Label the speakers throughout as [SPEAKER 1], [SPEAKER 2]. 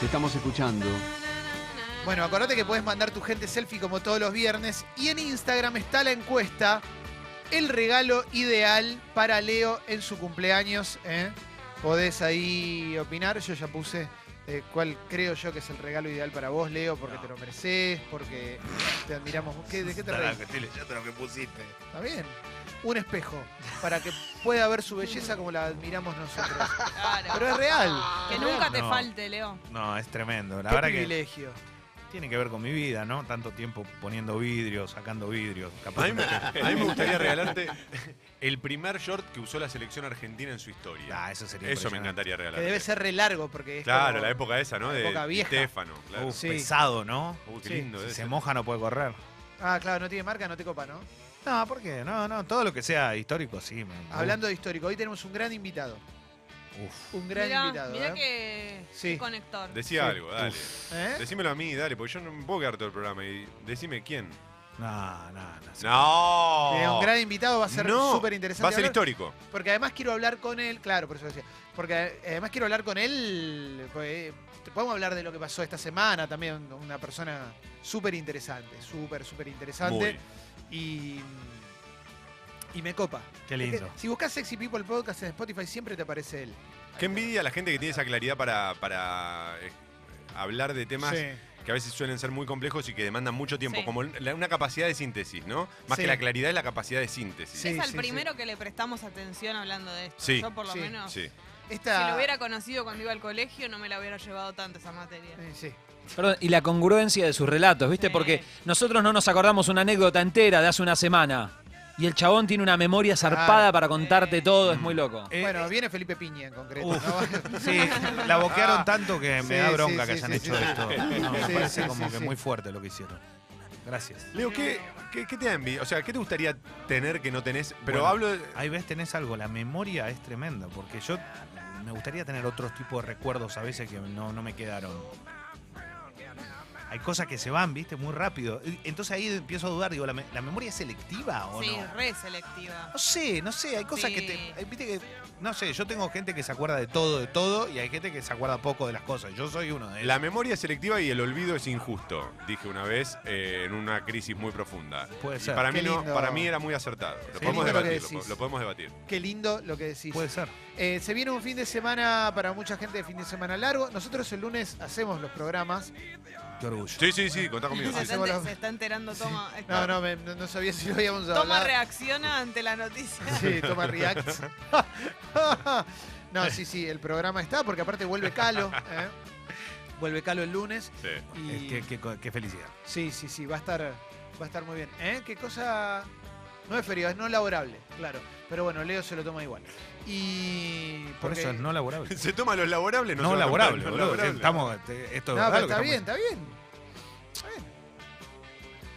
[SPEAKER 1] Te estamos escuchando.
[SPEAKER 2] Bueno, acordate que puedes mandar tu gente selfie como todos los viernes. Y en Instagram está la encuesta. El regalo ideal para Leo en su cumpleaños. ¿eh? Podés ahí opinar. Yo ya puse eh, cuál creo yo que es el regalo ideal para vos, Leo, porque
[SPEAKER 3] No.
[SPEAKER 2] te lo mereces, porque te admiramos. ¿Qué- ¿De qué te
[SPEAKER 3] Pará,
[SPEAKER 2] reís?
[SPEAKER 3] que estoy leyendo lo que pusiste.
[SPEAKER 2] Está bien. Un espejo para que pueda ver su belleza como la admiramos nosotros.
[SPEAKER 4] Claro.
[SPEAKER 2] Pero es real.
[SPEAKER 4] que
[SPEAKER 2] es
[SPEAKER 4] nunca
[SPEAKER 2] real.
[SPEAKER 4] te
[SPEAKER 3] No.
[SPEAKER 4] falte, Leo.
[SPEAKER 3] No, es tremendo. La
[SPEAKER 2] Qué
[SPEAKER 3] verdad que
[SPEAKER 2] privilegio.
[SPEAKER 3] tiene que ver con mi vida, ¿no? Tanto tiempo poniendo vidrios, sacando vidrios. Capaz
[SPEAKER 5] A mí, me,
[SPEAKER 3] que-
[SPEAKER 5] a mí me gustaría regalarte el primer short que usó la selección argentina en su historia.
[SPEAKER 3] Ah, eso sería
[SPEAKER 5] Eso me
[SPEAKER 3] impresionante.
[SPEAKER 5] encantaría regalar.
[SPEAKER 2] Que debe ser re largo porque es
[SPEAKER 5] Claro,
[SPEAKER 2] como-
[SPEAKER 5] la época esa, ¿no?
[SPEAKER 2] la
[SPEAKER 5] De
[SPEAKER 2] época vieja.
[SPEAKER 5] Stefano. Claro.
[SPEAKER 3] Uf,
[SPEAKER 2] Sí.
[SPEAKER 3] pesado, ¿no?
[SPEAKER 5] Uy, qué
[SPEAKER 2] sí.
[SPEAKER 5] lindo.
[SPEAKER 3] Si
[SPEAKER 5] debe
[SPEAKER 3] se
[SPEAKER 5] ser.
[SPEAKER 3] moja no puede correr.
[SPEAKER 2] Ah, claro, no tiene marca, no te copa, ¿no?
[SPEAKER 3] No, ¿por qué? No, no, todo lo que sea histórico, sí. me- me
[SPEAKER 2] Hablando de histórico, hoy tenemos un gran invitado.
[SPEAKER 3] gusta. Uf.
[SPEAKER 2] Un gran
[SPEAKER 4] Mira,
[SPEAKER 2] invitado.
[SPEAKER 4] mira
[SPEAKER 2] ¿eh?
[SPEAKER 4] que
[SPEAKER 2] Sí.
[SPEAKER 4] qué conector.
[SPEAKER 5] Decía
[SPEAKER 2] Sí.
[SPEAKER 5] algo, dale.
[SPEAKER 2] ¿Eh?
[SPEAKER 5] Decímelo a mí, dale, porque yo no me puedo quedar todo el programa. Y decime quién.
[SPEAKER 3] No, no, no. sé.
[SPEAKER 5] No.
[SPEAKER 2] Eh, un gran invitado va a ser
[SPEAKER 5] No,
[SPEAKER 2] súper
[SPEAKER 5] Va a
[SPEAKER 2] interesante.
[SPEAKER 5] ser histórico.
[SPEAKER 2] Porque además quiero hablar con él, claro, por eso decía. Porque eh, además quiero hablar con él. pues, eh, te podemos hablar de lo que pasó esta semana también. Una persona súper interesante, súper, súper interesante.
[SPEAKER 5] Muy.
[SPEAKER 2] Y. Y me copa.
[SPEAKER 3] Qué
[SPEAKER 2] Es que
[SPEAKER 3] lindo.
[SPEAKER 2] si buscas Sexy People Podcast en Spotify, siempre te aparece él.
[SPEAKER 5] Qué envidia la gente que tiene esa claridad para, para eh, hablar de temas
[SPEAKER 2] Sí.
[SPEAKER 5] que a veces suelen ser muy complejos y que demandan mucho tiempo,
[SPEAKER 4] Sí.
[SPEAKER 5] como la- una capacidad de síntesis, ¿no? Más
[SPEAKER 2] Sí.
[SPEAKER 5] que la claridad es la capacidad de síntesis.
[SPEAKER 2] Sí,
[SPEAKER 4] es al
[SPEAKER 2] sí,
[SPEAKER 4] primero que le prestamos atención hablando de esto.
[SPEAKER 5] Sí.
[SPEAKER 4] Yo por lo
[SPEAKER 2] Sí.
[SPEAKER 4] menos.
[SPEAKER 5] Sí.
[SPEAKER 2] Esta.
[SPEAKER 4] Si lo hubiera conocido cuando iba al colegio, no me la hubiera llevado tanto esa materia.
[SPEAKER 2] Eh, sí.
[SPEAKER 6] Perdón, y la congruencia de sus relatos, ¿viste?
[SPEAKER 4] Sí.
[SPEAKER 6] Porque nosotros no nos acordamos una anécdota entera de hace una semana. Y el chabón tiene una memoria zarpada
[SPEAKER 2] Claro.
[SPEAKER 6] para contarte
[SPEAKER 4] Sí.
[SPEAKER 6] todo, es muy loco.
[SPEAKER 3] Eh,
[SPEAKER 2] bueno, viene Felipe Piña en concreto.
[SPEAKER 3] Uf.
[SPEAKER 2] ¿no?
[SPEAKER 3] Sí, la boquearon
[SPEAKER 2] Ah.
[SPEAKER 3] tanto que
[SPEAKER 2] Sí,
[SPEAKER 3] me da bronca
[SPEAKER 2] sí,
[SPEAKER 3] que
[SPEAKER 2] sí,
[SPEAKER 3] hayan
[SPEAKER 2] sí,
[SPEAKER 3] hecho
[SPEAKER 2] sí.
[SPEAKER 3] esto. No, me
[SPEAKER 2] Sí,
[SPEAKER 3] parece
[SPEAKER 2] sí,
[SPEAKER 3] como
[SPEAKER 2] sí,
[SPEAKER 3] que
[SPEAKER 2] sí.
[SPEAKER 3] muy fuerte lo que hicieron. Gracias.
[SPEAKER 5] Leo, ¿qué, qué, qué te da envidia? O sea, ¿qué te gustaría tener que no tenés? Pero
[SPEAKER 3] Bueno.
[SPEAKER 5] hablo de...
[SPEAKER 3] Ahí ves, tenés algo, la memoria es tremenda, porque yo me gustaría tener otros tipos de recuerdos a veces que no, no me quedaron. Hay cosas que se van, viste, muy rápido. Y Entonces ahí empiezo a dudar, digo, ¿la, me- la memoria es selectiva o
[SPEAKER 4] sí,
[SPEAKER 3] no?
[SPEAKER 4] re selectiva.
[SPEAKER 3] No sé, no sé, hay cosas que
[SPEAKER 4] Sí.
[SPEAKER 3] te. hay- viste que- no sé, yo tengo gente que se acuerda de todo, de todo, y hay gente que se acuerda poco de las cosas. Yo soy uno de ellos.
[SPEAKER 5] La memoria es selectiva y el olvido es injusto, dije una vez eh, en una crisis muy profunda.
[SPEAKER 3] Puede
[SPEAKER 5] Y
[SPEAKER 3] ser.
[SPEAKER 5] para mí,
[SPEAKER 2] Qué
[SPEAKER 5] no,
[SPEAKER 2] lindo.
[SPEAKER 5] para mí era muy acertado. Lo
[SPEAKER 3] Qué
[SPEAKER 2] lindo
[SPEAKER 5] podemos
[SPEAKER 2] lo que
[SPEAKER 5] debatir. Lo,
[SPEAKER 2] decís.
[SPEAKER 5] po- lo podemos debatir.
[SPEAKER 2] Qué lindo lo que decís.
[SPEAKER 3] Puede ser.
[SPEAKER 2] Eh, se viene un fin de semana para mucha gente de fin de semana largo. Nosotros el lunes hacemos los programas.
[SPEAKER 3] Qué orgullo.
[SPEAKER 5] Sí, sí, sí, contá conmigo.
[SPEAKER 4] Se
[SPEAKER 2] Sí,
[SPEAKER 4] está,
[SPEAKER 2] seguro.
[SPEAKER 4] se está enterando, toma.
[SPEAKER 2] No,
[SPEAKER 3] Ah.
[SPEAKER 2] no, me- no no sabía si lo íbamos a
[SPEAKER 4] Toma
[SPEAKER 2] hablar.
[SPEAKER 4] reacciona ante la noticia.
[SPEAKER 2] Sí, toma react. no, sí, sí, el programa está porque aparte vuelve Calo. ¿eh? Vuelve Calo el lunes.
[SPEAKER 5] Sí.
[SPEAKER 2] Y...
[SPEAKER 3] Eh, Qué, qué co- qué felicidad.
[SPEAKER 2] Sí, sí, sí, va a estar, va a estar muy bien. ¿Eh? ¿Qué cosa? No es feriado, es no laborable, claro. Pero bueno, Leo se lo toma igual. Y
[SPEAKER 3] Por
[SPEAKER 2] porque-
[SPEAKER 3] eso es no laborable.
[SPEAKER 5] Se toma los laborables, no,
[SPEAKER 3] No,
[SPEAKER 5] se va a tomar
[SPEAKER 3] laborable,
[SPEAKER 5] los
[SPEAKER 3] boludo.
[SPEAKER 5] laborables.
[SPEAKER 3] Estamos, te- esto
[SPEAKER 2] No, pero
[SPEAKER 3] es verdad lo que
[SPEAKER 2] está bien,
[SPEAKER 3] estamos-
[SPEAKER 2] está bien. Está bien.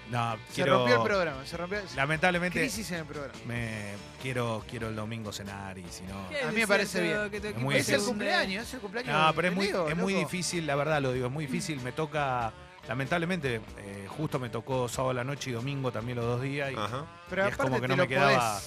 [SPEAKER 3] No,
[SPEAKER 2] Se
[SPEAKER 3] quiero-
[SPEAKER 2] rompió el programa, se rompió.
[SPEAKER 3] Lamentablemente
[SPEAKER 2] Crisis en el programa.
[SPEAKER 3] me quiero, quiero el domingo cenar y si no.
[SPEAKER 2] A mí me parece bien.
[SPEAKER 3] Es muy
[SPEAKER 2] es el
[SPEAKER 3] difícil.
[SPEAKER 2] cumpleaños, es el cumpleaños.
[SPEAKER 3] No,
[SPEAKER 2] de
[SPEAKER 3] pero es muy,
[SPEAKER 2] Leo,
[SPEAKER 3] es muy
[SPEAKER 2] loco.
[SPEAKER 3] difícil, la verdad lo digo, es muy difícil. Me toca, lamentablemente, eh, justo me tocó sábado a la noche y domingo también los dos días. Y,
[SPEAKER 5] Ajá.
[SPEAKER 2] Pero
[SPEAKER 3] y es
[SPEAKER 2] aparte
[SPEAKER 3] como
[SPEAKER 2] te
[SPEAKER 3] que no
[SPEAKER 2] lo
[SPEAKER 3] me quedaba-
[SPEAKER 2] podés-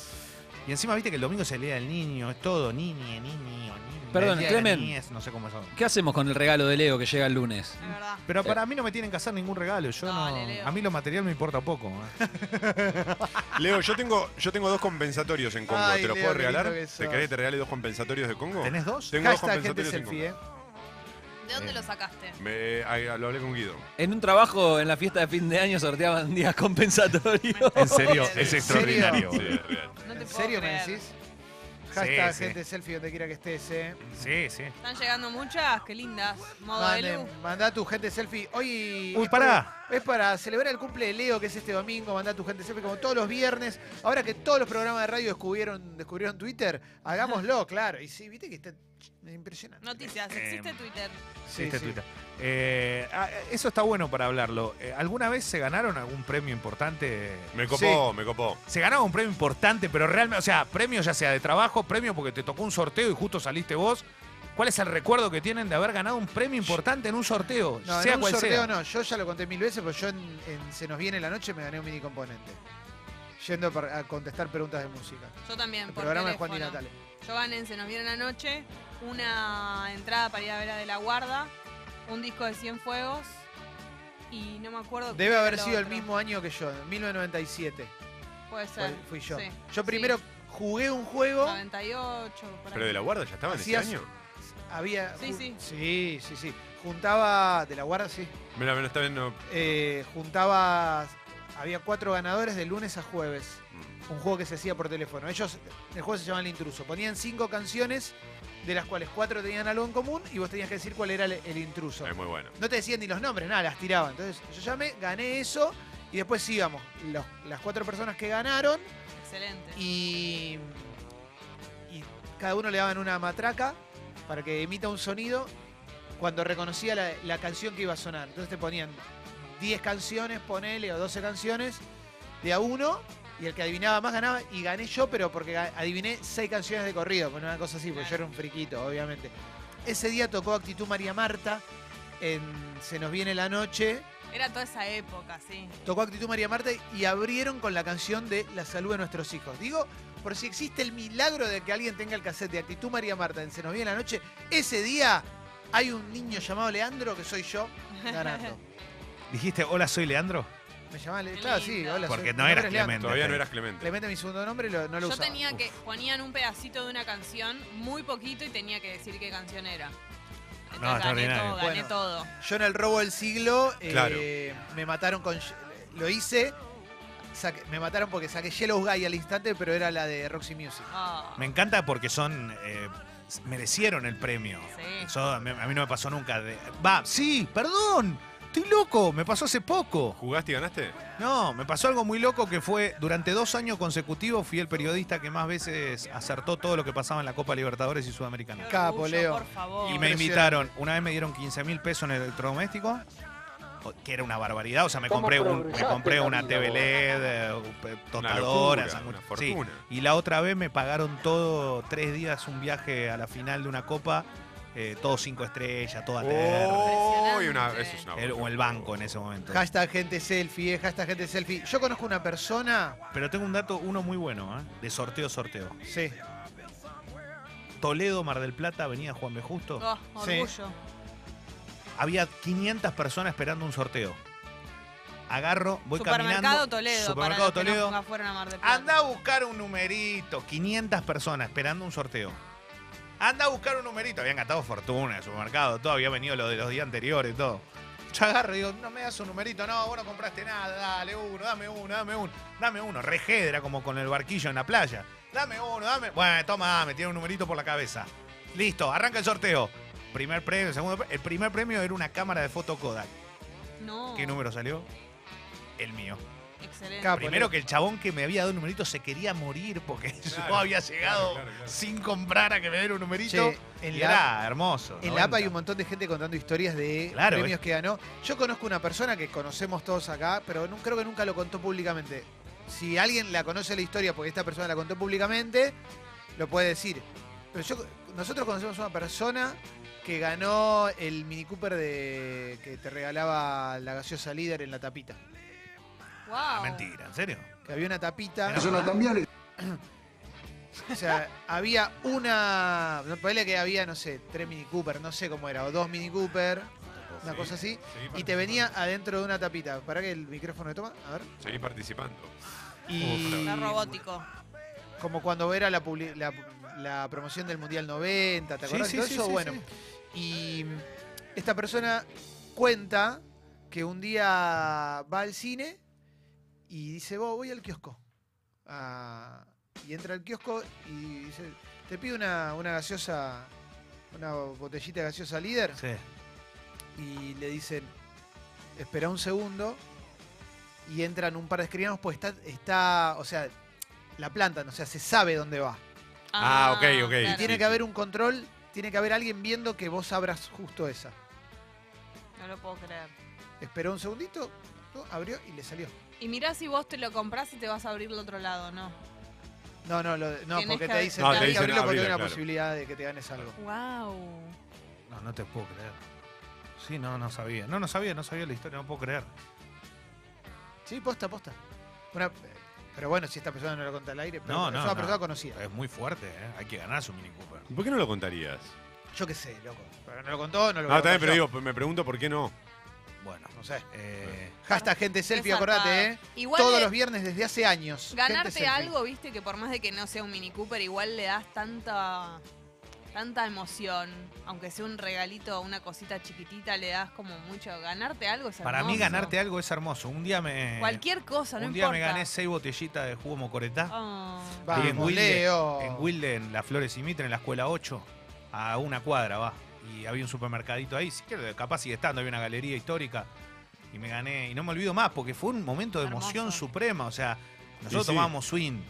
[SPEAKER 3] y encima viste que el domingo se lea el niño, es todo, niñe, niño, niño.
[SPEAKER 6] Perdón,
[SPEAKER 3] el día de la
[SPEAKER 6] Clemen.
[SPEAKER 3] niñez, No sé cómo es. ahora.
[SPEAKER 6] ¿Qué hacemos con el regalo de Leo que llega el lunes?
[SPEAKER 4] Es verdad.
[SPEAKER 3] Pero para mí no me tienen que hacer ningún regalo. Yo no,
[SPEAKER 4] Dale, Leo.
[SPEAKER 3] a mí lo material me importa poco. ¿eh?
[SPEAKER 5] Leo, yo tengo, yo tengo dos compensatorios en Congo.
[SPEAKER 2] Ay,
[SPEAKER 5] ¿Te los
[SPEAKER 2] Leo,
[SPEAKER 5] puedo
[SPEAKER 2] qué
[SPEAKER 5] regalar?
[SPEAKER 2] lindo que sos.
[SPEAKER 5] ¿Te querés que te regale dos compensatorios de Congo?
[SPEAKER 3] ¿Tenés dos?
[SPEAKER 5] Tengo dos
[SPEAKER 2] Hashtag gente
[SPEAKER 5] compensatorios en
[SPEAKER 2] selfie,
[SPEAKER 5] Congo.
[SPEAKER 2] ¿eh?
[SPEAKER 4] ¿De dónde
[SPEAKER 3] Eh.
[SPEAKER 4] lo sacaste?
[SPEAKER 5] Me- ahí, lo hablé con Guido.
[SPEAKER 6] En un trabajo, en la fiesta de fin de año, sorteaban días compensatorios.
[SPEAKER 3] En serio,
[SPEAKER 4] ¿En
[SPEAKER 3] es
[SPEAKER 4] serio?
[SPEAKER 3] extraordinario.
[SPEAKER 5] Sí, es real.
[SPEAKER 4] No te
[SPEAKER 2] ¿En
[SPEAKER 4] puedo
[SPEAKER 2] serio me
[SPEAKER 4] creer.
[SPEAKER 2] decís? Hashtag
[SPEAKER 3] sí.
[SPEAKER 2] gente selfie donde quiera que estés, ¿eh?
[SPEAKER 3] Sí, sí.
[SPEAKER 4] Están llegando muchas, qué lindas. Modo de luz.
[SPEAKER 2] Manden, mandá tu gente selfie. Hoy.
[SPEAKER 3] Uy,
[SPEAKER 2] es
[SPEAKER 3] pará.
[SPEAKER 2] por- Es para celebrar el cumple de Leo, que es este domingo. Mandá tu gente selfie como todos los viernes. Ahora que todos los programas de radio descubrieron, descubrieron Twitter, hagámoslo, claro. Y sí, viste que está impresionante.
[SPEAKER 4] Noticias, existe
[SPEAKER 3] Em.
[SPEAKER 4] Twitter.
[SPEAKER 2] Sí,
[SPEAKER 3] Este
[SPEAKER 2] sí.
[SPEAKER 3] Twitter. Eh, ah, eso está bueno para hablarlo. Eh, ¿Alguna vez se ganaron algún premio importante?
[SPEAKER 5] Me copó, me copó.
[SPEAKER 3] Se ganaba un premio importante, pero realmente, o sea, premio ya sea de trabajo, premio porque te tocó un sorteo y justo saliste vos. ¿Cuál es el recuerdo que tienen de haber ganado un premio importante en un sorteo?
[SPEAKER 2] No,
[SPEAKER 3] sea
[SPEAKER 2] en un
[SPEAKER 3] cual
[SPEAKER 2] sorteo
[SPEAKER 3] sea.
[SPEAKER 2] no, yo ya lo conté mil veces, pero yo en, en Se nos viene la noche me gané un mini componente. Yendo par- a contestar preguntas de música.
[SPEAKER 4] Yo también,
[SPEAKER 2] El
[SPEAKER 4] por
[SPEAKER 2] programa de Juan y
[SPEAKER 4] teléfono.
[SPEAKER 2] Natale.
[SPEAKER 4] Yo gané, en se nos viene la noche, una entrada para ir a ver a De la Guarda un disco de 100 fuegos y no me acuerdo.
[SPEAKER 2] Debe
[SPEAKER 4] cuál
[SPEAKER 2] haber
[SPEAKER 4] era
[SPEAKER 2] sido el
[SPEAKER 4] otro.
[SPEAKER 2] mismo año que yo, 1997.
[SPEAKER 4] Puede
[SPEAKER 2] fue-
[SPEAKER 4] ser.
[SPEAKER 2] fui yo.
[SPEAKER 4] sí,
[SPEAKER 2] Yo
[SPEAKER 4] sí.
[SPEAKER 2] primero jugué un juego.
[SPEAKER 4] 98. por
[SPEAKER 5] Pero
[SPEAKER 4] ahí.
[SPEAKER 5] de la guarda ya estaban ese
[SPEAKER 2] Hacías-
[SPEAKER 5] año.
[SPEAKER 2] Había.
[SPEAKER 4] Sí,
[SPEAKER 2] ju-
[SPEAKER 4] sí.
[SPEAKER 2] Sí, sí, sí. Juntaba. De la guarda, sí.
[SPEAKER 5] Mira, mira, está viendo.
[SPEAKER 2] Eh, juntaba. Había cuatro ganadores de lunes a jueves.
[SPEAKER 5] mm,
[SPEAKER 2] Un juego que se hacía por teléfono. Ellos. El juego se llamaba El Intruso. Ponían cinco canciones, de las cuales cuatro tenían algo en común y vos tenías que decir cuál era el, el intruso.
[SPEAKER 5] Es muy bueno.
[SPEAKER 2] No te decían ni los nombres, nada, las tiraban. Entonces yo llamé, gané eso y después íbamos. los- las cuatro personas que ganaron
[SPEAKER 4] Excelente.
[SPEAKER 2] y, y cada uno le daban una matraca para que emita un sonido cuando reconocía la, la canción que iba a sonar. Entonces te ponían 10 canciones, ponele, o 12 canciones de a uno y el que adivinaba más ganaba y gané yo, pero porque ga- adiviné 6 canciones de corrido, con una cosa así, porque yo era un friquito, obviamente. Ese día tocó Actitud María Marta en Se nos viene la noche.
[SPEAKER 4] Era toda esa época, sí.
[SPEAKER 2] Tocó Actitud María Marta y abrieron con la canción de La salud de nuestros hijos. Digo, por si existe el milagro de que alguien tenga el cassette de Actitud María Marta en Se nos viene la noche, ese día hay un niño llamado Leandro que soy yo ganando.
[SPEAKER 3] Dijiste, hola, soy Leandro.
[SPEAKER 2] Me llamaba
[SPEAKER 4] Qué
[SPEAKER 2] Leandro. Claro, sí,
[SPEAKER 4] lindo.
[SPEAKER 2] hola.
[SPEAKER 3] Porque
[SPEAKER 2] soy-
[SPEAKER 3] no
[SPEAKER 2] mi nombre
[SPEAKER 3] eras
[SPEAKER 2] es Leandro.
[SPEAKER 3] Clemente.
[SPEAKER 5] Todavía no eras Clemente.
[SPEAKER 2] Clemente, mi segundo nombre, lo- no lo
[SPEAKER 4] Yo
[SPEAKER 2] usaba.
[SPEAKER 4] tenía que. Ponían un pedacito de una canción, muy poquito, y tenía que decir qué canción era. Entonces gané
[SPEAKER 3] extraordinario.
[SPEAKER 4] todo, gané
[SPEAKER 2] Bueno.
[SPEAKER 4] todo.
[SPEAKER 2] Yo en el robo del siglo eh,
[SPEAKER 5] Claro.
[SPEAKER 2] me mataron con. Lo hice. saqué- me mataron porque saqué Yellow Guy al instante, pero era la de Roxy Music.
[SPEAKER 4] Ah,
[SPEAKER 3] Me encanta porque son. eh, merecieron el premio.
[SPEAKER 4] Sí.
[SPEAKER 3] Eso a mí, a mí no me pasó nunca. de- va, sí, perdón. Estoy loco, me pasó hace poco.
[SPEAKER 5] ¿Jugaste y ganaste?
[SPEAKER 3] No, me pasó algo muy loco que fue durante dos años consecutivos fui el periodista que más veces acertó todo lo que pasaba en la Copa Libertadores y
[SPEAKER 4] qué
[SPEAKER 3] Sudamericana.
[SPEAKER 2] Capo,
[SPEAKER 4] orgullo,
[SPEAKER 2] Leo.
[SPEAKER 4] Por favor.
[SPEAKER 3] Y me
[SPEAKER 2] Impresionante.
[SPEAKER 3] invitaron, una vez me dieron 15 mil pesos en el electrodoméstico, o- que era una barbaridad, o sea, me
[SPEAKER 1] ¿Cómo
[SPEAKER 3] compré, un- me
[SPEAKER 1] progresaste
[SPEAKER 3] compré
[SPEAKER 1] en la
[SPEAKER 3] una
[SPEAKER 1] vida,
[SPEAKER 3] TV
[SPEAKER 1] vos?
[SPEAKER 3] LED, eh, un pe-
[SPEAKER 5] Una
[SPEAKER 3] tostadora,
[SPEAKER 5] locura,
[SPEAKER 3] sangu-
[SPEAKER 5] una
[SPEAKER 3] sí.
[SPEAKER 5] fortuna.
[SPEAKER 3] Y la otra vez me pagaron todo, tres días, un viaje a la final de una copa, eh, todo cinco estrellas, todo ATR,
[SPEAKER 5] Oh, y
[SPEAKER 4] Impresionante.
[SPEAKER 5] una, eso es una
[SPEAKER 3] el- o el banco en ese momento.
[SPEAKER 2] Hashtag gente selfie, eh, hashtag gente selfie. Yo conozco una persona.
[SPEAKER 3] Pero tengo un dato, uno muy bueno, ¿eh? de sorteo, sorteo.
[SPEAKER 2] Sí.
[SPEAKER 3] Toledo, Mar del Plata, Avenida Juan B. Justo.
[SPEAKER 4] Oh,
[SPEAKER 2] Sí.
[SPEAKER 4] orgullo.
[SPEAKER 3] Había 500 personas esperando un sorteo. Agarro, voy
[SPEAKER 4] Supermercado
[SPEAKER 3] caminando.
[SPEAKER 4] Toledo.
[SPEAKER 3] Supermercado
[SPEAKER 4] para los que
[SPEAKER 3] Toledo.
[SPEAKER 4] No fueron a Mar del Plata.
[SPEAKER 3] Anda a buscar un numerito. 500 personas esperando un sorteo. Anda a buscar un numerito. Habían gastado fortuna en el supermercado. Todo había venido lo de los días anteriores, todo. Yo agarro y digo, no me das un numerito. No, vos no compraste nada. Dale uno, dame uno, dame uno. Dame uno. Rejedra como con el barquillo en la playa. Dame uno, dame. Bueno, toma, dame. Tiene un numerito por la cabeza. Listo, arranca el sorteo. Primer premio, segundo premio. El primer premio era una cámara de foto Kodak.
[SPEAKER 4] No.
[SPEAKER 3] ¿Qué número salió? El mío.
[SPEAKER 4] Excelente.
[SPEAKER 2] Capo.
[SPEAKER 3] Primero que el chabón que me había dado un numerito se quería morir porque yo
[SPEAKER 5] Claro,
[SPEAKER 3] había llegado
[SPEAKER 5] claro, claro, claro.
[SPEAKER 3] sin comprar a que me diera un numerito.
[SPEAKER 2] Che,
[SPEAKER 3] y
[SPEAKER 2] en la,
[SPEAKER 3] era hermoso.
[SPEAKER 2] en la app
[SPEAKER 3] 90.
[SPEAKER 2] hay un montón de gente contando historias de
[SPEAKER 3] Claro,
[SPEAKER 2] premios que ganó. Yo conozco una persona que conocemos todos acá, pero no, creo que nunca lo contó públicamente. Si alguien la conoce la historia porque esta persona la contó públicamente, lo puede decir. Pero yo, nosotros conocemos una persona que ganó el Mini Cooper de que te regalaba la gaseosa líder en la tapita.
[SPEAKER 3] Ah,
[SPEAKER 4] Wow.
[SPEAKER 3] mentira, ¿en serio?
[SPEAKER 2] Que había una tapita.
[SPEAKER 1] Eso no cambió ni-
[SPEAKER 2] O sea, había una. No, ponele que había, no sé, tres Mini Cooper, no sé cómo era, o dos Mini Cooper, una cosa así. Y te venía adentro de una tapita. ¿Para que el micrófono me toma? A ver.
[SPEAKER 5] Seguí participando.
[SPEAKER 2] Y.
[SPEAKER 4] Está robótico.
[SPEAKER 2] Como cuando era la, publi- la, la promoción del Mundial 90, ¿te
[SPEAKER 3] Sí,
[SPEAKER 2] acordás?
[SPEAKER 3] sí,
[SPEAKER 2] Todo
[SPEAKER 3] sí,
[SPEAKER 2] eso,
[SPEAKER 3] sí,
[SPEAKER 2] bueno. Y mm, esta persona cuenta que un día va al cine y dice, vos, voy al kiosco. Ah, y entra al kiosco y dice, te pido una, una gaseosa, una botellita de gaseosa líder.
[SPEAKER 3] Sí.
[SPEAKER 2] Y le dicen, espera un segundo. Y entran un par de escribanos, pues está, está, o sea, la plantan, o sea, se sabe dónde va.
[SPEAKER 5] Ah, ok, ok.
[SPEAKER 4] claro.
[SPEAKER 2] Y tiene que haber un control, tiene que haber alguien viendo que vos abras justo esa.
[SPEAKER 4] No lo puedo creer.
[SPEAKER 2] Esperó un segundito, ¿no? abrió y le salió.
[SPEAKER 4] Y mirá si vos te lo compras y te vas a abrir el otro lado, ¿no?
[SPEAKER 2] No, no, lo- no
[SPEAKER 4] Tenés
[SPEAKER 2] porque
[SPEAKER 4] que
[SPEAKER 2] te
[SPEAKER 4] abrir-
[SPEAKER 2] dicen,
[SPEAKER 4] No,
[SPEAKER 2] tenés
[SPEAKER 4] te
[SPEAKER 2] que
[SPEAKER 4] dicen
[SPEAKER 2] abrirlo porque hay
[SPEAKER 5] abrirlo,
[SPEAKER 2] una
[SPEAKER 5] claro.
[SPEAKER 2] posibilidad de que te ganes algo.
[SPEAKER 4] Wow.
[SPEAKER 3] No, no te puedo creer. Sí, no, no sabía. No, no sabía, no sabía la historia, no puedo creer.
[SPEAKER 2] Sí, posta, posta. Una- pero bueno, si esta persona no lo cuenta al aire, pero
[SPEAKER 3] No,
[SPEAKER 2] es
[SPEAKER 3] no,
[SPEAKER 2] una
[SPEAKER 3] no.
[SPEAKER 2] persona conocida.
[SPEAKER 3] Es muy fuerte, ¿eh? Hay que ganar su Mini Cooper.
[SPEAKER 5] ¿Por qué no lo contarías?
[SPEAKER 2] Yo qué sé, loco. Pero no lo contó, no lo
[SPEAKER 5] No, está
[SPEAKER 2] conté
[SPEAKER 5] bien, pero
[SPEAKER 2] yo.
[SPEAKER 5] digo, me pregunto por qué no.
[SPEAKER 2] Bueno, no sé. eh, hashtag gente selfie,
[SPEAKER 4] Qué
[SPEAKER 2] acordate,
[SPEAKER 4] zarpado.
[SPEAKER 2] ¿eh?
[SPEAKER 4] Igual
[SPEAKER 2] Todos
[SPEAKER 4] de-
[SPEAKER 2] los viernes desde hace años. Gente
[SPEAKER 4] Ganarte
[SPEAKER 2] selfie.
[SPEAKER 4] algo, viste, que por más de que no sea un Mini Cooper, igual le das tanta tanta emoción, aunque sea un regalito, una cosita chiquitita, le das como mucho. Ganarte algo es
[SPEAKER 3] Para mí
[SPEAKER 4] hermoso.
[SPEAKER 3] ganarte algo es hermoso. Un día me...
[SPEAKER 4] cualquier cosa, no
[SPEAKER 3] un día
[SPEAKER 4] importa.
[SPEAKER 3] me gané seis botellitas de jugo mocoretá.
[SPEAKER 4] Ah.
[SPEAKER 3] Ahí en
[SPEAKER 2] Vamos,
[SPEAKER 3] Wilde,
[SPEAKER 2] Leo.
[SPEAKER 3] en Wilde, en las Flores y Mitre, en la escuela 8, a una cuadra va. Y había un supermercadito ahí, si quiero, capaz sigue estando, había una galería histórica. Y me gané, y no me olvido más, porque fue un momento de emoción
[SPEAKER 4] Hermoso.
[SPEAKER 3] suprema. O sea, nosotros
[SPEAKER 5] Sí, sí.
[SPEAKER 3] tomábamos swing.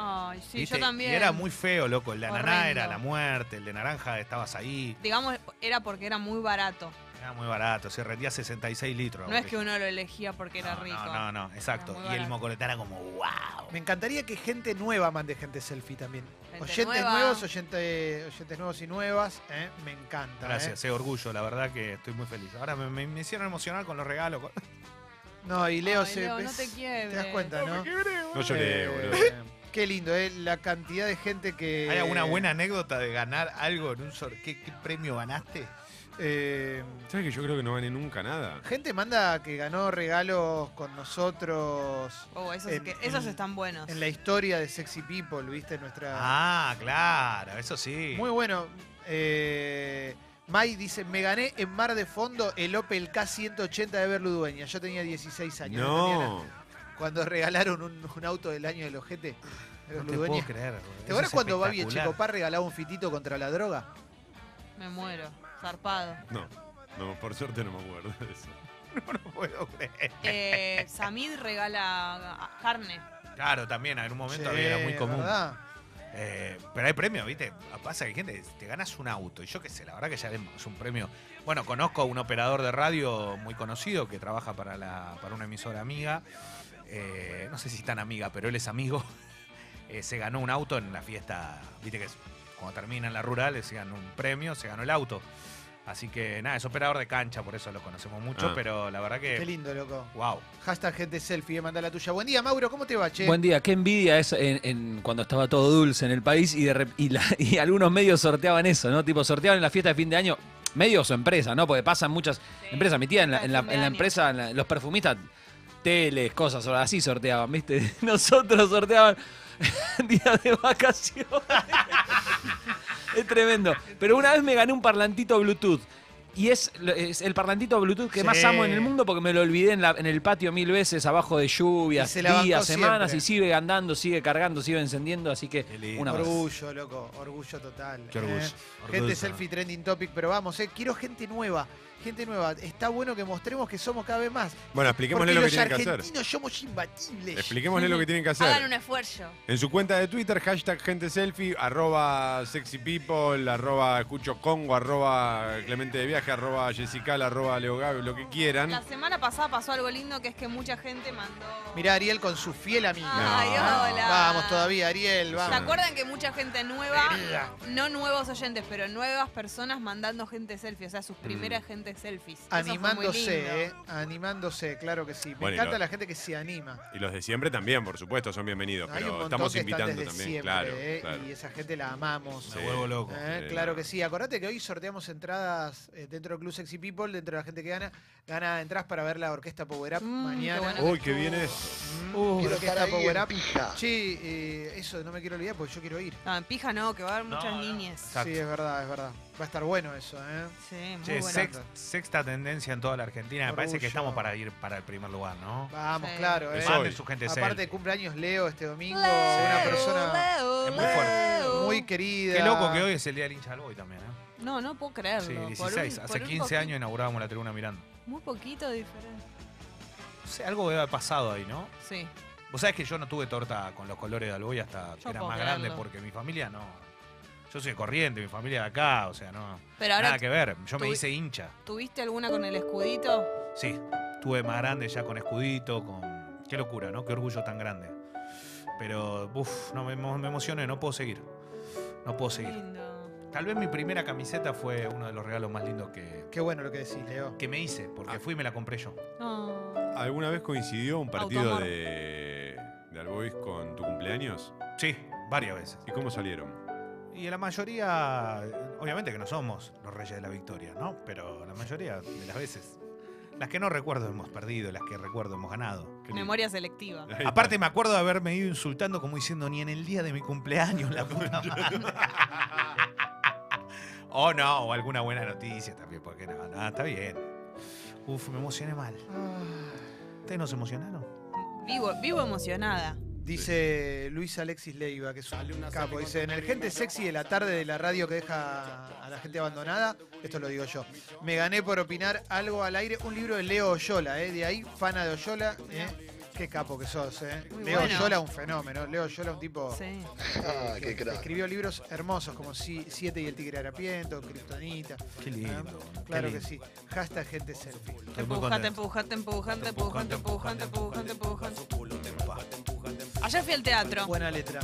[SPEAKER 4] Ay, sí,
[SPEAKER 3] ¿viste?
[SPEAKER 4] yo también.
[SPEAKER 3] Y era muy feo, loco. El de ananá era
[SPEAKER 4] Horrendo.
[SPEAKER 3] la muerte, el de naranja estabas ahí.
[SPEAKER 4] Digamos, era porque era muy barato.
[SPEAKER 3] Era muy barato, se rendía 66 litros.
[SPEAKER 4] No es que uno lo elegía porque era
[SPEAKER 3] No,
[SPEAKER 4] rico.
[SPEAKER 3] No, no, no, exacto.
[SPEAKER 4] Era muy
[SPEAKER 3] Y el
[SPEAKER 4] barato.
[SPEAKER 3] mocoretá era como, wow.
[SPEAKER 2] Me encantaría que gente nueva mande gente selfie también.
[SPEAKER 4] Gente
[SPEAKER 2] oyentes
[SPEAKER 4] nueva.
[SPEAKER 2] nuevos, oyente- oyentes nuevos y nuevas. ¿eh? Me encanta. ¿eh?
[SPEAKER 3] Gracias, eh, orgullo, la verdad que estoy muy feliz. Ahora me, me- me hicieron emocionar con los regalos. con-
[SPEAKER 2] No, y Leo
[SPEAKER 4] Ay,
[SPEAKER 2] se.
[SPEAKER 4] Leo, no
[SPEAKER 2] ves-
[SPEAKER 4] te quiebres.
[SPEAKER 2] das cuenta, ¿no?
[SPEAKER 5] No lloré,
[SPEAKER 2] Eh,
[SPEAKER 5] boludo.
[SPEAKER 2] Qué lindo, ¿eh? La cantidad de gente que.
[SPEAKER 3] ¿Hay alguna buena anécdota de ganar algo en un sorteo? ¿Qué, qué premio ganaste?
[SPEAKER 2] eh,
[SPEAKER 5] ¿Sabes que yo creo que no gané nunca nada?
[SPEAKER 2] gente manda que ganó regalos con nosotros
[SPEAKER 4] Oh, esos,
[SPEAKER 2] En-
[SPEAKER 4] que- esos
[SPEAKER 2] en-
[SPEAKER 4] están buenos.
[SPEAKER 2] en la historia de Sexy People, ¿viste? Nuestra.
[SPEAKER 3] Ah, claro, eso sí.
[SPEAKER 2] Muy bueno. Eh, May dice: Me gané en Mar de Fondo el Opel K180 de Berludueña. Yo tenía 16 años. tenía nada.
[SPEAKER 5] No.
[SPEAKER 2] cuando regalaron un, un auto del año del ojete. de
[SPEAKER 3] no te
[SPEAKER 2] Berludueña.
[SPEAKER 3] puedo creer. boludo.
[SPEAKER 2] ¿Te
[SPEAKER 3] Eso
[SPEAKER 2] acuerdas
[SPEAKER 3] es
[SPEAKER 2] cuando Babi
[SPEAKER 3] espectacular.
[SPEAKER 2] Echecopar regalaba un fitito contra la droga?
[SPEAKER 4] Me muero. Zarpado.
[SPEAKER 5] No. No, por suerte no me acuerdo de eso.
[SPEAKER 3] No puedo creer.
[SPEAKER 4] Eh, Samid regala ah, carne.
[SPEAKER 3] Claro, también en un momento
[SPEAKER 2] Sí,
[SPEAKER 3] había- era muy común.
[SPEAKER 2] ¿verdad?
[SPEAKER 3] Eh, pero hay premios, ¿viste? Pasa que hay gente, te ganas un auto. Y yo qué sé, la verdad que ya es un premio. Bueno, conozco a un operador de radio muy conocido que trabaja para, la, para una emisora amiga. Eh, no sé si tan amiga, pero él es amigo. Eh, se ganó un auto en la fiesta, ¿viste? Que es- cuando termina en la rural, eh, se ganó un premio, se ganó el auto. Así que nada, es operador de cancha, por eso lo conocemos mucho,
[SPEAKER 5] Ah.
[SPEAKER 3] pero la verdad
[SPEAKER 2] Qué
[SPEAKER 3] que.
[SPEAKER 2] lindo, loco.
[SPEAKER 3] ¡Wow!
[SPEAKER 2] Hashtag gente selfie, manda la tuya. Buen día, Mauro, ¿cómo te va, che?
[SPEAKER 6] Buen día, qué envidia es en- en- cuando estaba todo dulce en el país y, de rep- y la- y algunos medios sorteaban eso, ¿no? Tipo, sorteaban en la fiesta de fin de año, medios o empresas, ¿no? Porque pasan muchas empresas. Mi tía en la, en la- en la empresa, en la- los perfumistas, teles, cosas, o así sorteaban, ¿viste? Nosotros sorteaban días de vacaciones. es tremendo. Pero una vez me gané un parlantito Bluetooth. Y es, lo- es el parlantito Bluetooth que más
[SPEAKER 3] Sí.
[SPEAKER 6] amo en el mundo porque me lo olvidé en, la- en el patio mil veces, abajo de lluvias,
[SPEAKER 2] Y se la bancó
[SPEAKER 6] días, semanas,
[SPEAKER 2] siempre.
[SPEAKER 6] y sigue andando, sigue cargando, sigue encendiendo, así que
[SPEAKER 3] Qué lindo.
[SPEAKER 6] una más.
[SPEAKER 2] orgullo, loco, orgullo total.
[SPEAKER 3] Qué orgullo.
[SPEAKER 2] eh. Gente
[SPEAKER 3] Orgullo.
[SPEAKER 2] selfie, trending topic, pero vamos, eh, quiero gente nueva. Gente nueva, está bueno que mostremos que somos cada vez más.
[SPEAKER 5] Bueno, expliquémosle
[SPEAKER 2] Porque
[SPEAKER 5] lo que
[SPEAKER 2] los
[SPEAKER 5] tienen que hacer.
[SPEAKER 2] argentinos somos imbatibles.
[SPEAKER 5] Expliquémosle lo que tienen que
[SPEAKER 4] Hagan un
[SPEAKER 5] hacer.
[SPEAKER 4] esfuerzo.
[SPEAKER 5] En su cuenta de Twitter, hashtag gente selfie, arroba sexy people, arroba escucho congo, arroba clemente de viaje, arroba jessical, arroba leo Gabe, lo que quieran.
[SPEAKER 4] La semana pasada pasó algo lindo que es que mucha gente mandó.
[SPEAKER 2] Mirá, Ariel con su fiel amiga.
[SPEAKER 4] Ay,
[SPEAKER 5] No.
[SPEAKER 4] hola.
[SPEAKER 2] Vamos todavía, Ariel,
[SPEAKER 4] ¿Se
[SPEAKER 2] vamos.
[SPEAKER 4] acuerdan que mucha gente nueva, no nuevos oyentes, pero nuevas personas mandando gente selfie? O sea, sus primeras gente selfies. Eso fue muy lindo.
[SPEAKER 2] Mm. Animándose, eh, animándose, claro que sí. Me
[SPEAKER 5] Bueno, y
[SPEAKER 2] encanta
[SPEAKER 5] lo-
[SPEAKER 2] la gente que se anima.
[SPEAKER 5] Y los de siempre también, por supuesto, son bienvenidos,
[SPEAKER 2] Hay un
[SPEAKER 5] pero
[SPEAKER 2] montón
[SPEAKER 5] estamos
[SPEAKER 2] que están
[SPEAKER 5] invitando
[SPEAKER 2] desde
[SPEAKER 5] también,
[SPEAKER 2] siempre,
[SPEAKER 5] claro,
[SPEAKER 2] eh,
[SPEAKER 5] claro.
[SPEAKER 2] Y esa gente la amamos.
[SPEAKER 5] Sí.
[SPEAKER 3] Me vuelvo loco.
[SPEAKER 2] Eh,
[SPEAKER 5] Sí,
[SPEAKER 2] claro
[SPEAKER 5] no.
[SPEAKER 2] que sí. Acordate que hoy sorteamos entradas eh, dentro del Club Sexy People, dentro de la gente que gana. Gana entradas para ver la orquesta Power Up
[SPEAKER 4] Mm,
[SPEAKER 2] mañana.
[SPEAKER 4] qué buena
[SPEAKER 5] Uy, qué bien es.
[SPEAKER 2] Uh,
[SPEAKER 1] Quiero
[SPEAKER 2] orquesta
[SPEAKER 1] estar ahí
[SPEAKER 2] Power
[SPEAKER 1] en
[SPEAKER 2] Up. Sí, eh, eso no me quiero olvidar porque yo quiero ir.
[SPEAKER 4] No, en pija no, que va a haber muchas
[SPEAKER 3] No, no.
[SPEAKER 4] niñas.
[SPEAKER 3] Exacto.
[SPEAKER 2] Sí, es verdad, es verdad. Va a estar bueno eso, ¿eh?
[SPEAKER 4] Sí, muy
[SPEAKER 3] Che,
[SPEAKER 4] bueno.
[SPEAKER 3] sex- sexta tendencia en toda la Argentina. Me parece que
[SPEAKER 2] Orgullo.
[SPEAKER 3] estamos para ir para el primer lugar, ¿no?
[SPEAKER 2] Vamos,
[SPEAKER 4] Sí.
[SPEAKER 2] claro, ¿eh?
[SPEAKER 5] Es
[SPEAKER 3] Manden
[SPEAKER 5] hoy.
[SPEAKER 3] su gente
[SPEAKER 2] Aparte
[SPEAKER 3] selfie.
[SPEAKER 2] cumpleaños Leo este domingo, una
[SPEAKER 4] Leo,
[SPEAKER 2] persona
[SPEAKER 4] Leo,
[SPEAKER 3] Es muy fuerte.
[SPEAKER 4] Leo.
[SPEAKER 2] muy querida.
[SPEAKER 3] Qué loco que hoy es el día del hincha del Boy también, ¿eh?
[SPEAKER 4] No, no puedo creerlo.
[SPEAKER 3] Sí,
[SPEAKER 4] Por un-
[SPEAKER 3] 16.
[SPEAKER 4] por
[SPEAKER 3] Hace
[SPEAKER 4] un
[SPEAKER 3] 15
[SPEAKER 4] poqui-
[SPEAKER 3] años inaugurábamos la tribuna mirando.
[SPEAKER 4] Muy poquito diferente.
[SPEAKER 3] No sé, algo debe haber pasado ahí, ¿no?
[SPEAKER 4] Sí.
[SPEAKER 3] Vos sabés que yo no tuve torta con los colores de Alboy hasta que
[SPEAKER 4] Yo
[SPEAKER 3] era
[SPEAKER 4] puedo
[SPEAKER 3] más
[SPEAKER 4] creerlo.
[SPEAKER 3] grande, porque mi familia no. Yo soy de corriente, mi familia de acá, o sea, no.
[SPEAKER 4] Pero ahora,
[SPEAKER 3] nada que ver. Yo me
[SPEAKER 4] tuvi-
[SPEAKER 3] hice hincha.
[SPEAKER 4] ¿tuviste alguna con el escudito?
[SPEAKER 3] Sí, tuve más grande ya con escudito, con. Qué locura, ¿no? Qué orgullo tan grande. Pero, uff, no, me, emo- me emocioné, no puedo seguir. No puedo seguir.
[SPEAKER 4] Lindo.
[SPEAKER 3] Tal vez mi primera camiseta fue uno de los regalos más lindos que,
[SPEAKER 2] Qué bueno lo que decís, Leo.
[SPEAKER 3] que me hice, porque
[SPEAKER 5] Ah.
[SPEAKER 3] fui y me la compré yo.
[SPEAKER 4] No.
[SPEAKER 5] ¿Alguna vez coincidió un partido
[SPEAKER 4] Autoamor.
[SPEAKER 5] de, de Albois con tu cumpleaños?
[SPEAKER 3] Sí, varias veces.
[SPEAKER 5] ¿Y cómo salieron?
[SPEAKER 3] Y Y la mayoría, obviamente que no somos los reyes de la victoria, ¿no? Pero la mayoría de las veces, las que no recuerdo hemos perdido, las que recuerdo hemos ganado.
[SPEAKER 5] Qué lindo.
[SPEAKER 4] Memoria selectiva.
[SPEAKER 5] Ahí está.
[SPEAKER 3] Aparte me acuerdo de haberme ido insultando como diciendo ni en el día de mi cumpleaños la puta madre". Oh no, o alguna buena noticia también, porque no, no, está bien. Uf, me emocioné mal. ¿Ustedes nos emocionaron?
[SPEAKER 4] Vivo, vivo emocionada.
[SPEAKER 2] Dice Luis Alexis Leiva, que es un capo. Dice, en el gente sexy de la tarde de la radio que deja a la gente abandonada, esto lo digo yo. Me gané por opinar algo al aire, un libro de Leo Oyola, ¿eh? de ahí, fana de Oyola. ¿eh? Qué capo que sos, ¿eh?
[SPEAKER 4] Muy
[SPEAKER 2] Leo
[SPEAKER 4] bueno.
[SPEAKER 2] Oyola, un fenómeno. Leo Oyola, un tipo
[SPEAKER 4] Sí.
[SPEAKER 1] Ah, qué
[SPEAKER 2] que
[SPEAKER 1] crack.
[SPEAKER 2] escribió libros hermosos como Si- Siete y el Tigre Harapiento, Kryptonita.
[SPEAKER 3] Qué lindo.
[SPEAKER 2] ¿eh? Claro
[SPEAKER 3] qué
[SPEAKER 2] que
[SPEAKER 3] lindo.
[SPEAKER 2] sí. Hashtag gente selfie.
[SPEAKER 4] Te
[SPEAKER 3] Estoy muy
[SPEAKER 4] empuja, te
[SPEAKER 3] contento.
[SPEAKER 4] empuja, te empuja, te empuja, te empuja, te empuja, te empuja. Ayer fui al teatro.
[SPEAKER 2] Buena letra.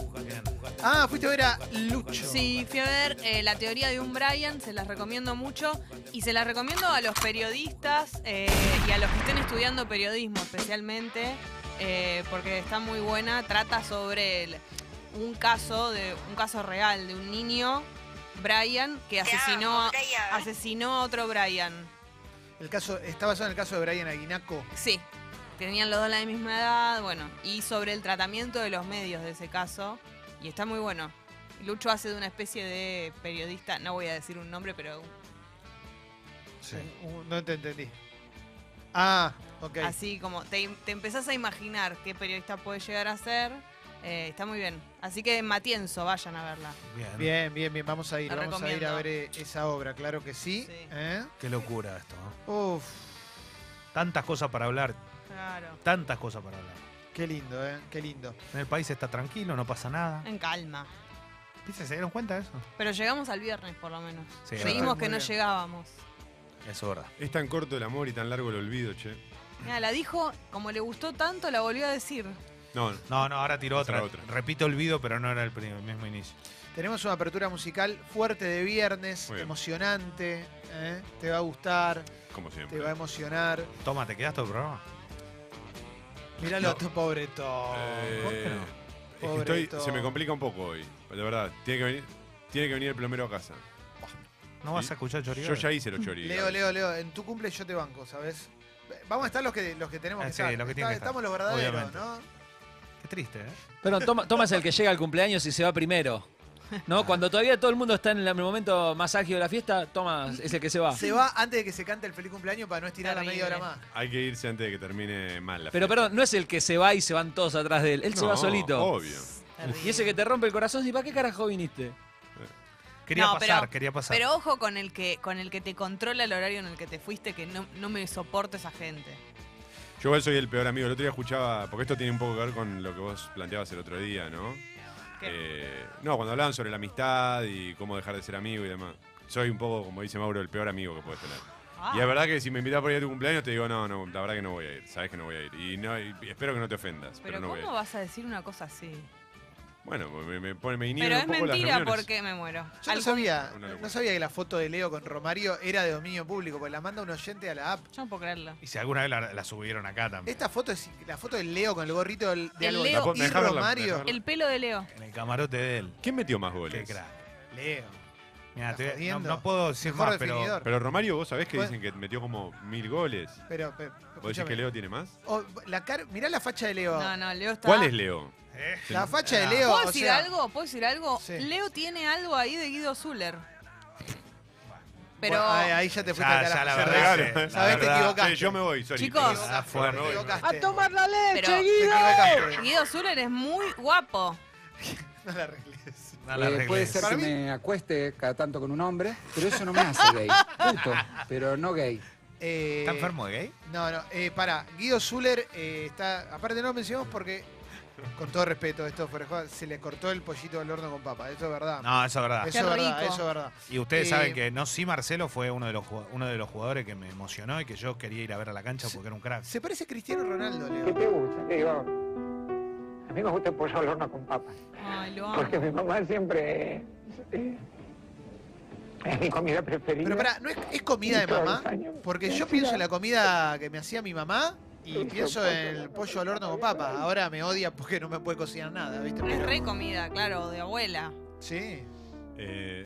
[SPEAKER 2] Ah, fuiste a ver a Lucho.
[SPEAKER 4] Sí, fui a ver eh, la teoría de un Brian, se las recomiendo mucho y se las recomiendo a los periodistas eh, y a los que estén estudiando periodismo especialmente, eh, porque está muy buena, trata sobre el- un caso de un caso real de un niño, Brian, que asesinó, asesinó a otro Brian.
[SPEAKER 2] El caso, está basado en el caso de Brian Aguinaco.
[SPEAKER 4] Sí, tenían los dos la misma edad, bueno, y sobre el tratamiento de los medios de ese caso, y está muy bueno. Lucho hace de una especie de periodista, no voy a decir un nombre, pero
[SPEAKER 3] Sí.
[SPEAKER 2] Un- Uh, No te entendí. Ah, ok.
[SPEAKER 4] así como te, te empezás a imaginar qué periodista puede llegar a ser, eh, está muy bien. Así que Matienzo, vayan a verla.
[SPEAKER 3] Bien.
[SPEAKER 2] Bien, bien, bien. Vamos a ir,
[SPEAKER 4] Lo
[SPEAKER 2] vamos a ir a
[SPEAKER 4] recomiendo.
[SPEAKER 2] ver eh, esa obra, claro que sí.
[SPEAKER 4] Sí.
[SPEAKER 2] ¿eh?
[SPEAKER 3] Qué locura esto. ¿eh?
[SPEAKER 2] Uf,
[SPEAKER 3] Tantas cosas para hablar,
[SPEAKER 4] Claro.
[SPEAKER 3] tantas cosas para hablar.
[SPEAKER 2] qué lindo, ¿eh? Qué lindo.
[SPEAKER 3] En el país está tranquilo, no pasa nada.
[SPEAKER 4] En calma.
[SPEAKER 3] ¿Viste? ¿Se dieron cuenta de eso?
[SPEAKER 4] Pero llegamos al viernes por lo menos.
[SPEAKER 3] Sí,
[SPEAKER 4] Creímos
[SPEAKER 2] verdad.
[SPEAKER 4] que
[SPEAKER 2] Muy
[SPEAKER 4] no
[SPEAKER 2] bien.
[SPEAKER 4] llegábamos.
[SPEAKER 3] Es verdad.
[SPEAKER 5] Es tan corto el amor y tan largo el olvido, che.
[SPEAKER 4] Mira, la dijo, como le gustó tanto, la volvió a decir.
[SPEAKER 5] No,
[SPEAKER 3] No, no, ahora tiró
[SPEAKER 5] Esa
[SPEAKER 3] otra.
[SPEAKER 5] era otra.
[SPEAKER 3] Repito olvido, pero no era el primer- mismo inicio.
[SPEAKER 2] Tenemos una apertura musical fuerte de viernes,
[SPEAKER 5] Muy bien.
[SPEAKER 2] emocionante. ¿eh? Te va a gustar,
[SPEAKER 5] como
[SPEAKER 2] te
[SPEAKER 5] siempre.
[SPEAKER 2] va a emocionar.
[SPEAKER 3] Toma, ¿te quedas todo el programa?
[SPEAKER 2] Míralo a tu pobre Tom.
[SPEAKER 5] Eh,
[SPEAKER 3] ¿por qué no?
[SPEAKER 5] es que
[SPEAKER 2] Pobre
[SPEAKER 5] estoy-
[SPEAKER 2] Tom.
[SPEAKER 5] se me complica un poco hoy. De verdad, tiene que venir, tiene que venir el plomero a casa.
[SPEAKER 3] ¿No vas a escuchar chorigado?
[SPEAKER 5] Yo ya hice
[SPEAKER 6] Mm.
[SPEAKER 5] los chorillos.
[SPEAKER 2] Leo, Leo, Leo, en tu cumple yo te banco, ¿sabes? Vamos a estar los que, los que tenemos
[SPEAKER 3] Ah,
[SPEAKER 2] que
[SPEAKER 3] sí,
[SPEAKER 2] estar.
[SPEAKER 3] los que
[SPEAKER 2] Está-
[SPEAKER 3] tienen que estar,
[SPEAKER 2] Estamos los verdaderos,
[SPEAKER 3] obviamente.
[SPEAKER 2] ¿no?
[SPEAKER 3] Qué triste, ¿eh?
[SPEAKER 6] Pero Toma, Toma es el que llega al cumpleaños y se va primero. ¿No? Cuando todavía todo el mundo está en el momento más ágil de la fiesta, Toma es el que
[SPEAKER 4] Ah.
[SPEAKER 6] se va.
[SPEAKER 2] Se va antes de que se cante el feliz cumpleaños para no estirar la media
[SPEAKER 4] Terrible.
[SPEAKER 2] hora más.
[SPEAKER 5] Hay que irse antes de que termine mal la
[SPEAKER 6] Pero
[SPEAKER 5] fiesta.
[SPEAKER 6] perdón, no es el que se va y se van todos atrás de él. Él se
[SPEAKER 5] No,
[SPEAKER 6] va solito.
[SPEAKER 5] Obvio.
[SPEAKER 6] Y ese que te rompe el corazón, ¿y para qué carajo viniste?
[SPEAKER 3] Quería
[SPEAKER 4] No,
[SPEAKER 3] pasar,
[SPEAKER 4] pero-
[SPEAKER 3] quería pasar.
[SPEAKER 4] Pero ojo con el que con el que te controla el horario en el que te fuiste, que no, no me soporta esa gente.
[SPEAKER 5] Yo igual soy el peor amigo. El otro día escuchaba, porque esto tiene un poco que ver con lo que vos planteabas el otro día, ¿no?
[SPEAKER 4] Que-
[SPEAKER 5] Eh, no, cuando hablaban sobre la amistad y cómo dejar de ser amigo y demás. Soy un poco, como dice Mauro, el peor amigo que puedes tener.
[SPEAKER 4] ah,
[SPEAKER 5] Y es verdad que si me invitas por ir a tu cumpleaños, te digo, no, no, la verdad que no voy a ir. Sabes que no voy a ir. Y, no, y espero que no te ofendas, pero,
[SPEAKER 4] pero
[SPEAKER 5] no voy
[SPEAKER 4] ¿cómo
[SPEAKER 5] a ir.
[SPEAKER 4] vas a decir una cosa así?
[SPEAKER 5] Bueno, pues me, me, pone- me inhibe
[SPEAKER 4] Pero
[SPEAKER 5] un
[SPEAKER 4] es
[SPEAKER 5] poco las
[SPEAKER 4] mentira
[SPEAKER 5] reuniones.
[SPEAKER 4] porque me muero.
[SPEAKER 2] Yo no
[SPEAKER 4] Algún-
[SPEAKER 2] sabía,
[SPEAKER 5] Una locura.
[SPEAKER 2] no sabía que la foto de Leo con Romario era de dominio público, porque la manda un oyente a la app.
[SPEAKER 4] Yo no puedo creerlo.
[SPEAKER 3] Y si alguna vez la, la subieron acá también.
[SPEAKER 2] Esta foto es la foto del Leo con el gorrito del- de
[SPEAKER 4] El
[SPEAKER 2] algo
[SPEAKER 4] Leo-
[SPEAKER 2] y
[SPEAKER 5] Me dejá verla, me dejá
[SPEAKER 2] Romario.
[SPEAKER 5] verla.
[SPEAKER 4] El pelo de Leo.
[SPEAKER 3] En el camarote de él.
[SPEAKER 5] ¿Quién metió más
[SPEAKER 3] Qué
[SPEAKER 5] goles?
[SPEAKER 3] crack.
[SPEAKER 2] Leo.
[SPEAKER 3] Mirá,
[SPEAKER 2] Está
[SPEAKER 3] te- no,
[SPEAKER 2] jodiendo.
[SPEAKER 3] no puedo decir
[SPEAKER 2] Mejor
[SPEAKER 3] más, pero...
[SPEAKER 2] definidor.
[SPEAKER 5] Pero Romario, vos sabés que
[SPEAKER 4] Pues
[SPEAKER 2] Bueno.
[SPEAKER 5] dicen que metió como mil goles.
[SPEAKER 2] Pero, pero
[SPEAKER 5] ¿Vos decís
[SPEAKER 2] escúchame.
[SPEAKER 5] que Leo tiene más?
[SPEAKER 2] O- la cara- mirá la facha de Leo.
[SPEAKER 4] No, no, Leo está.
[SPEAKER 5] ¿Cuál es Leo?
[SPEAKER 3] Eh,
[SPEAKER 2] La facha de
[SPEAKER 3] Ah.
[SPEAKER 2] Leo.
[SPEAKER 4] ¿Puedo
[SPEAKER 2] o
[SPEAKER 4] decir
[SPEAKER 2] sea,
[SPEAKER 4] algo? ¿Puedo decir algo?
[SPEAKER 2] Sí.
[SPEAKER 4] Leo tiene algo ahí de Guido Zuller. Pero
[SPEAKER 2] bueno, ahí, ahí ya te fuiste
[SPEAKER 3] Ya,
[SPEAKER 2] al
[SPEAKER 3] ya
[SPEAKER 2] carajo.
[SPEAKER 3] la
[SPEAKER 2] Se
[SPEAKER 3] verdad,
[SPEAKER 2] regala.
[SPEAKER 5] regalo.
[SPEAKER 3] se- la
[SPEAKER 2] Sabés, te
[SPEAKER 3] verdad,
[SPEAKER 2] equivocaste.
[SPEAKER 5] Sí, yo me voy, sorry.
[SPEAKER 4] Chicos.
[SPEAKER 5] perdón.
[SPEAKER 3] Ah,
[SPEAKER 2] Te
[SPEAKER 3] fuerte.
[SPEAKER 2] equivocaste.
[SPEAKER 7] la
[SPEAKER 4] Pero-
[SPEAKER 2] Te equivocaste.
[SPEAKER 4] Guido Zuller es muy guapo.
[SPEAKER 2] No la arregles.
[SPEAKER 3] no la
[SPEAKER 8] Eh,
[SPEAKER 3] arreglé.
[SPEAKER 8] puede ser
[SPEAKER 2] Para
[SPEAKER 8] que
[SPEAKER 2] mí-
[SPEAKER 8] me acueste cada tanto con un hombre, pero eso no me hace gay. Justo, pero no gay.
[SPEAKER 2] Eh,
[SPEAKER 3] ¿Está enfermo de gay?
[SPEAKER 2] No, no, eh, pará. Guido Zuller eh, está. Aparte, no lo mencionamos porque, con todo respeto, esto fuera de joda, se le cortó el pollito del horno con papa. Eso es verdad.
[SPEAKER 3] No, eso es verdad.
[SPEAKER 2] Eso Ah. es verdad,
[SPEAKER 4] rico.
[SPEAKER 2] eso es verdad.
[SPEAKER 3] Y ustedes
[SPEAKER 2] Eh,
[SPEAKER 3] saben que no, sí, Marcelo fue uno de, los, jugado- uno de los jugadores que me emocionó y que yo quería ir a ver a la cancha porque era un crack.
[SPEAKER 2] Se parece a Cristiano Ronaldo,
[SPEAKER 7] ¿Qué
[SPEAKER 2] Leo.
[SPEAKER 7] te gusta? Le digo, a mí me gusta el pollo al horno con papas,
[SPEAKER 4] Ay, lo amo.
[SPEAKER 7] porque mi mamá siempre eh, eh, es mi comida preferida.
[SPEAKER 2] Pero pará, ¿no es, es comida de
[SPEAKER 7] Todos
[SPEAKER 2] mamá?
[SPEAKER 7] los años.
[SPEAKER 2] Porque
[SPEAKER 7] Sí,
[SPEAKER 2] yo
[SPEAKER 7] sí,
[SPEAKER 2] pienso en
[SPEAKER 7] la-
[SPEAKER 2] la comida que me hacía mi mamá y
[SPEAKER 7] Sí,
[SPEAKER 2] pienso
[SPEAKER 7] yo
[SPEAKER 2] en el
[SPEAKER 7] también.
[SPEAKER 2] pollo al horno con papa. Ahora me odia porque no me puede cocinar nada, ¿viste?
[SPEAKER 4] Es
[SPEAKER 2] Pero-
[SPEAKER 4] re comida, claro, de abuela.
[SPEAKER 2] Sí.
[SPEAKER 5] Eh,